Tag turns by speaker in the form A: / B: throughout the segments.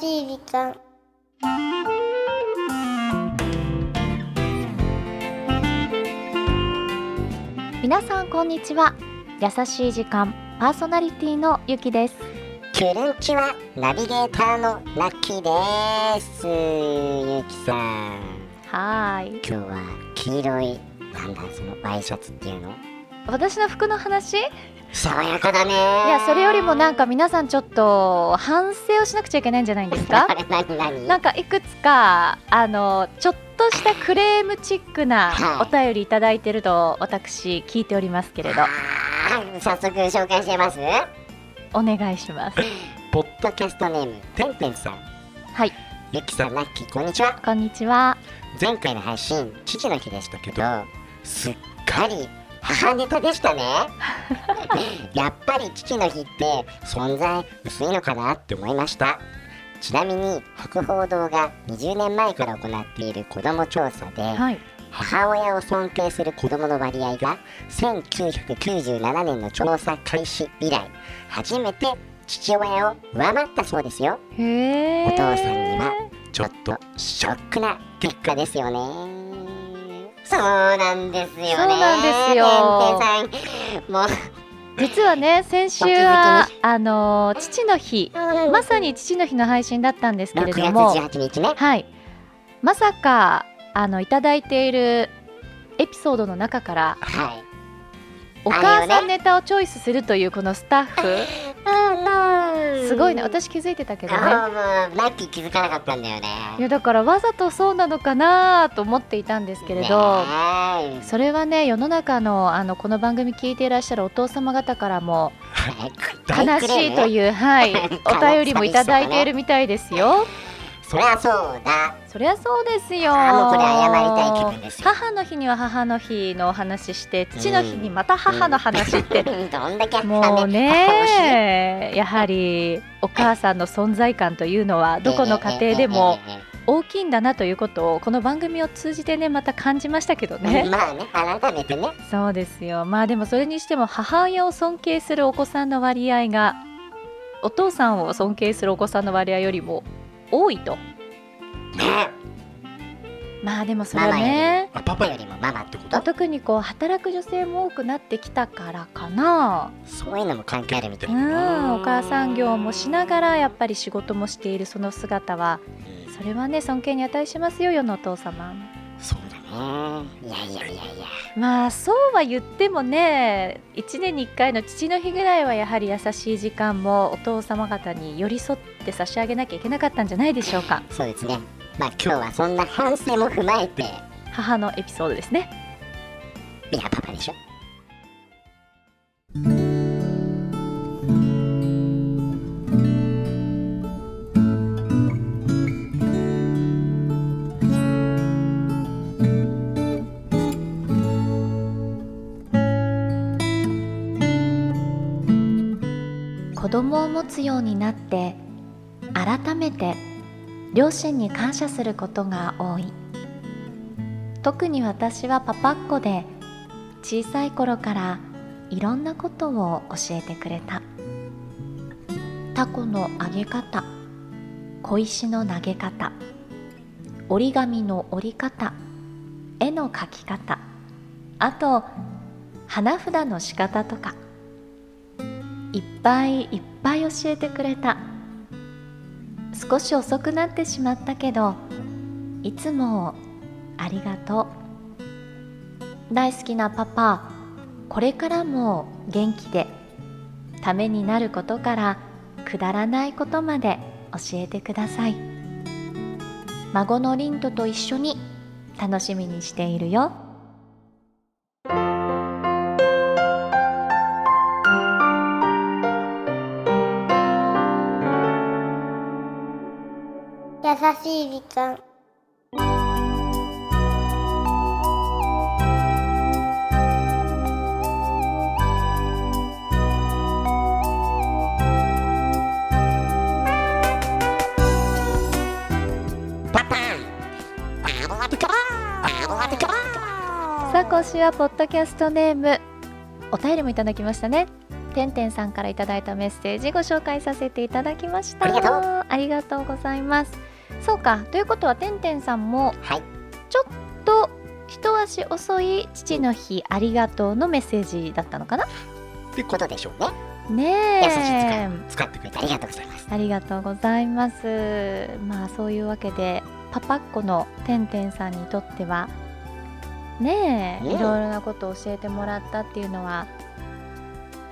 A: しい時間
B: 皆さんこんにちは優しい時間パーソナリティのゆきです
C: キュルンチはナビゲーターのラッキーですゆきさん
B: はーい
C: 今日は黄色いなんだそのワイシャツっていうの
B: 私の服の話い
C: 爽やかだねい
B: やそれよりもなんか皆さんちょっと反省をしなくちゃいけないんじゃないんですか
C: あれ 何何
B: なんかいくつかあのちょっとしたクレームチックなお
C: はい
B: 便りいただいてると私聞いておりますけれど
C: あー早速紹介してます
B: お願いし ます
C: ポッドキャストネームてんてんさん
B: はい
C: ゆきさんラッキーこんにちは
B: こんにちは
C: 前回の配信父の日でしたけどすっかり母ネタでしたねやっぱり父の日って存在薄いのかなって思いましたちなみに博報堂が20年前から行っている子ども調査で、
B: はい
C: 母親を尊敬する子どもの割合が1997年の調査開始以来初めて父親を上回ったそうですよ
B: へえ
C: お父さんにはちょっとショックな結果ですよね。そうなんですよね。
B: そうなんですよ
C: てんてんさんもう
B: 実はね先週はあの父の日まさに父の日の配信だったんですけ
C: 6
B: れ
C: 月
B: ども
C: 18日ね。
B: はいまさかあのいただいているエピソードの中から
C: はい。
B: お母さんネタをチョイスするというこのスタッフすごいね私気づいてたけどね
C: あーもうラッキー気づかなかったんだよね。
B: いやだからわざとそうなのかなと思っていたんですけれど
C: ね
B: それはね世の中のあのこの番組聞いていらっしゃるお父様方からも
C: え
B: 悲
C: 大
B: し
C: クレーム
B: いという、 はい、お便りもいただいているみたいですよ。
C: そりゃそうだ。
B: そりゃそうですよ。
C: あーもうこれ謝りたい気分ですよ
B: 母の日には母の日のお話して、父の日にまた母の話って。
C: どんだけ
B: もう
C: ね
B: ね、やはりお母さんの存在感というのはどこの家庭でも。大きいんだなということをこの番組を通じてねまた感じましたけど
C: ええええええ
B: ね
C: まあね改めてね。
B: そうですよまあでもそれにしても母親を尊敬するお子さんの割合がお父さんを尊敬するお子さんの割合よりも多いと
C: ね
B: まあでもそれ
C: マ
B: は
C: マよ
B: ね
C: りもあパパよりもママってこと
B: 特にこう働く女性も多くなってきたからかな、
C: そういうのも関係あるみた
B: う
C: い
B: ん、
C: な。
B: お母さん業もしながらやっぱり仕事もしているその姿は
C: うん
B: それはね尊敬に値しますよ世のお父様
C: そうだね。いやいやいやいや。
B: まあそうは言ってもね1年に1回の父の日ぐらいはやはり優しい時間もお父様方に寄り添って差し上げなきゃいけなかったんじゃないでしょうか
C: そうですね。まあ今日はそんな反省も踏まえて、い
B: 母のエピソードですね
C: やパパでしょ。
B: 子供を持つようになって改めて両親に感謝することが多い特に私はパパっ子で小さい頃からいろんなことを教えてくれたタコの揚げ方小石の投げ方折り紙の折り方絵の描き方あと花札の仕方とかいっぱいいっぱい教えてくれた少し遅くなってしまったけどいつもありがとう大好きなパパこれからも元気でためになることからくだらないことまで教えてください孫のリントと一緒に楽しみにしているよ
A: 優しい時間
C: パパありがとうありがとう
B: さあ今週はポッドキャストネームお便りもいただきましたねてんてんさんからいただいたメッセージご紹介させていただきました
C: ありがとう
B: ありがとうございますそうかということはてんてんさんも
C: はい
B: ちょっと一足遅い父の日ありがとうのメッセージだったのかな
C: ってことでしょうね
B: ね
C: 優しい使
B: え
C: い使ってくれてありがとうございます
B: ありがとうございますまあそういうわけでパパっ子のてんてんさんにとってはねえ
C: ねえ
B: いろいろなことを教えてもらったっていうのは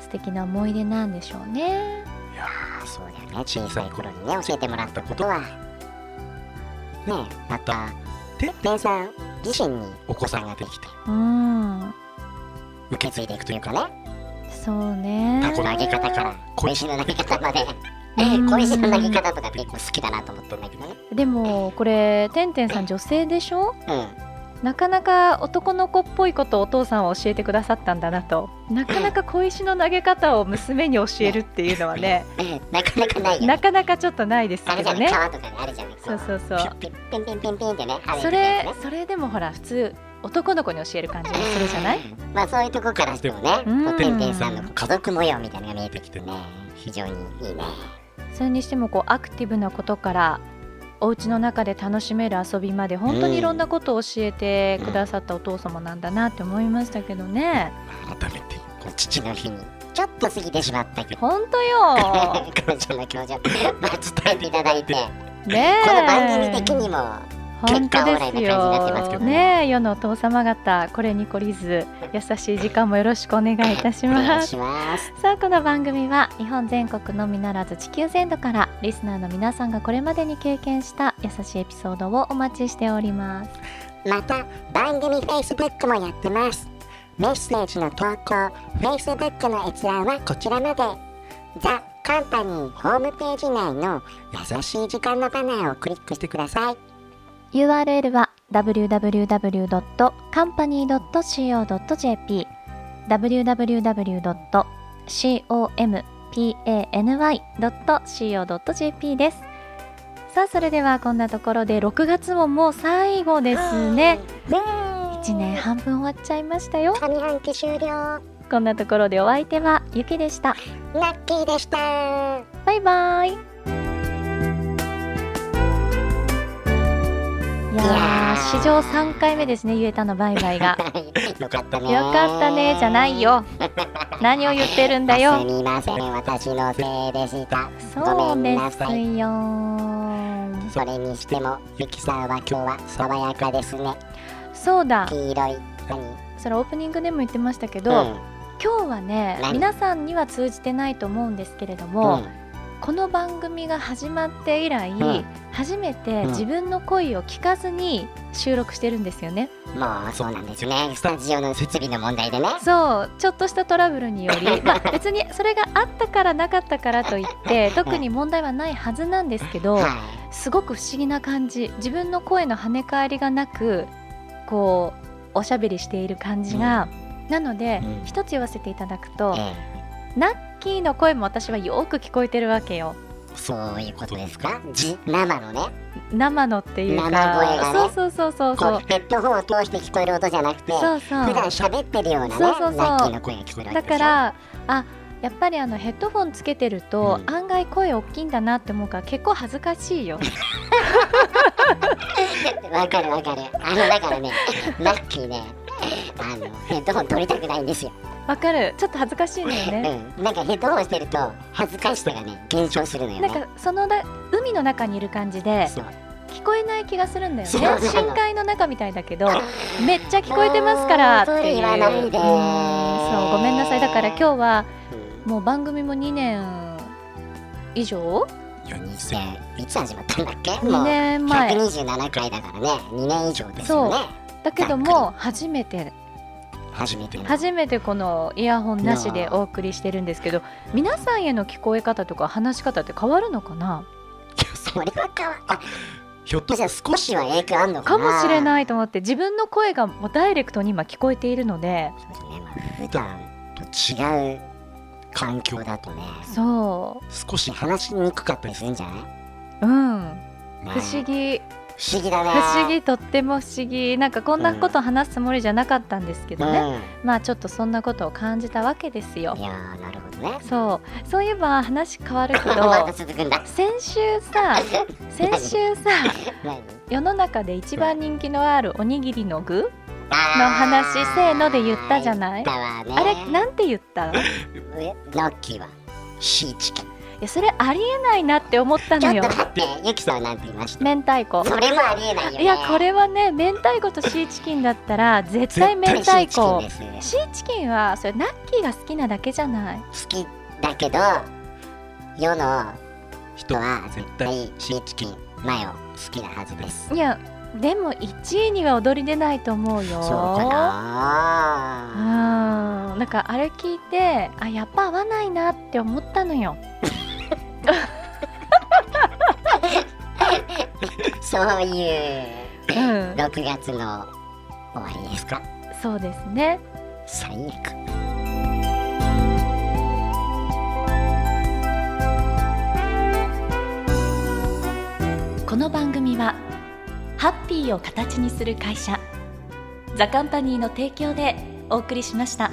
B: 素敵な思い出なんでしょうね
C: いやーそうだよね小さい頃にね教えてもらったことはねえまたてっぺんさん自身にお子さんができて
B: うん
C: 受け継いでいくというかね
B: そうね
C: タコの揚げ方から小石の投げ方まで
B: うん
C: 小石の投げ方とか結構好きだなと思ったんだけどね
B: でもこれてんてんさん女性でしょ
C: うん
B: なかなか男の子っぽいことをお父さんは教えてくださったんだなとなかなか小石の投げ方を娘に教えるっていうのは ね
C: なかなかないよね
B: なかなかちょっとないです
C: あ
B: け
C: れじゃ
B: ど
C: ん
B: ね
C: 川とかにあるじゃん
B: そうそうそう
C: ピッピンピンピンピンってね
B: それそれでもほら普通男の子に教える感じがするじゃない
C: まあそういうとこからしてもね
B: うん
C: こうてんてんさんの家族模様みたいなのが見えてきてね非常にいいね
B: それにしてもこうアクティブなことからお家の中で楽しめる遊びまで本当にいろんなことを教えてくださったお父様なんだなって思いましたけどね
C: 改めてこう父の日にちょっと過ぎてしまったけど
B: 本当 よ
C: 彼女の表情まあ伝えていただいてこ
B: ねえ
C: の番組的にも
B: 本当です
C: 結果オーライな感じになってますけ
B: よ
C: ど
B: ねえ世のお父様方これに懲りず優しい時間もよろしくお願いいたし
C: お
B: ま
C: 願い
B: す
C: します
B: さあこの番組は日本全国のみならず地球全土からリスナーの皆さんがこれまでに経験した優しいエピソードをお待ちしております
C: また番組 Facebook もやってますメッセージの投稿 Facebook の閲覧はこちらまでザ・カンパニーホームページ内の優しい時間のバナーをクリックしてください
B: URL は www.company.co.jp www.company.co.jp ですさあそれではこんなところで6月ももう最後ですね1年半分終わっちゃいましたよ
C: 上半期終了ラ
B: こんなところでお相手はゆきでした
C: ッキーでした
B: バイバイ。いやー、史上3回目ですね、言えたの、バイバイ が。
C: よかったね
B: よかったね、じゃない よ。何を言ってるんだ
C: す
B: よ。
C: みません私のせいでした
B: そうです
C: ごめ
B: よ。
C: それにしてもゆきさんは今日は爽やかですね
B: そうだ、
C: 黄色い何
B: それオープニングでも言ってましたけど、
C: ん
B: 今日はね、
C: 何
B: 皆さんには通じてないと思うんですけれども、この番組が始まって以来、
C: うん
B: 初めて
C: うん
B: 自分の声を聞かずに収録してるんですよね。
C: もうそうなんですねスタジオの設備の問題でね
B: そうちょっとしたトラブルによ り、まあ、別にそれがあったからなかったからといって特に問題はないはずなんですけど
C: は
B: すごく不思議な感じ自分の声の跳ね返りがなくこうおしゃべりしている感じが、なので、
C: うん
B: 一つ言わせていただくと
C: い、え
B: ナッキーの声も私はよく聞こえてるわけよ
C: えそういうことですかじ生のね
B: 生のっていうか、
C: 生声がね
B: そうそうそうそうそ
C: こ
B: う
C: うヘッドホンを通して聞こえる音じゃなくて
B: そうそう
C: 普段喋ってるようなね
B: そうそうそう
C: ラッキーの声が聞こえるわけ
B: だ
C: でしょ
B: からあやっぱりあのヘッドフォンつけてると、
C: うん
B: 案外声大きいんだなって思うから結構恥ずかしい よ
C: わかるわかるあのだからね ラッキーねあのヘッドホン取りたくないんですよ、
B: わかるちょっと恥ずかしいのよね
C: うん、なんかヘッドホンしてると恥ずかしさがね減少するのよ
B: な
C: ね
B: んかそのだ海の中にいる感じで
C: そう
B: 聞こえない気がするんだよ
C: そうな
B: ね
C: の
B: 深海の中みたいだけどめっちゃ聞こえてますからっていう
C: もうそれ言わないで
B: うんそうごめんなさいだから今日は
C: うん
B: もう番組も2年以上
C: 2000いつ始まったんだっけも
B: 2
C: う
B: 年前
C: 127回だからね2年以上です
B: そ
C: よ
B: う
C: ね
B: だけども初めて
C: 初めての
B: 初めてこのイヤホンなしでお送りしてるんですけど皆さんへの聞こえ方とか話し方って変わるのかない
C: やそれはかわあひょっとしたら少しは影響あんのか
B: か
C: な
B: もしれ
C: い
B: ないと思って自分の声がもうダイレクトに今聞こえているので
C: 普段と違う環境だとね
B: そ
C: 少し話しにくかったりするんじゃないう
B: うん
C: ね
B: 不思議
C: 不思議だね
B: 不思議とっても不思議なんかこんなこと話すつもりじゃなかったんですけどね、まあちょっとそんなことを感じたわけですよ
C: うん、いやーなるほどね
B: そうそういえば話変わるけ
C: ま
B: ど
C: た続くんだ
B: 先週さ先週さ
C: 何
B: 世の中で一番人気のあるおにぎりの具
C: あー
B: の話せーので言ったじゃない
C: 言ったわね
B: あれなんて言ったのい
C: えロッキーはシーチキン
B: やそれありえないなって思った
C: ちょ
B: の
C: っと
B: よ
C: 待ってゆきさんなんて言いました
B: 明太子
C: それもありえないよね
B: いやこれはね明太子とシーチキンだったら絶対明
C: 絶対
B: 太
C: シー
B: 子
C: チキンです
B: シーチキンはそれナッキーが好きなだけじゃない
C: 好きだけど世の人は絶対シーチキンマヨ好きなはずです
B: いやでも1位には踊り出ないと思うよ
C: そうか
B: う
C: な
B: ーんなんかあれ聞いてあやっぱ合わないなって思ったのよ
C: そういう
B: うん
C: 6月の終わりですか
B: そうですね
C: 最悪
B: この番組はハッピーを形にする会社ザカンパニーの提供でお送りしました。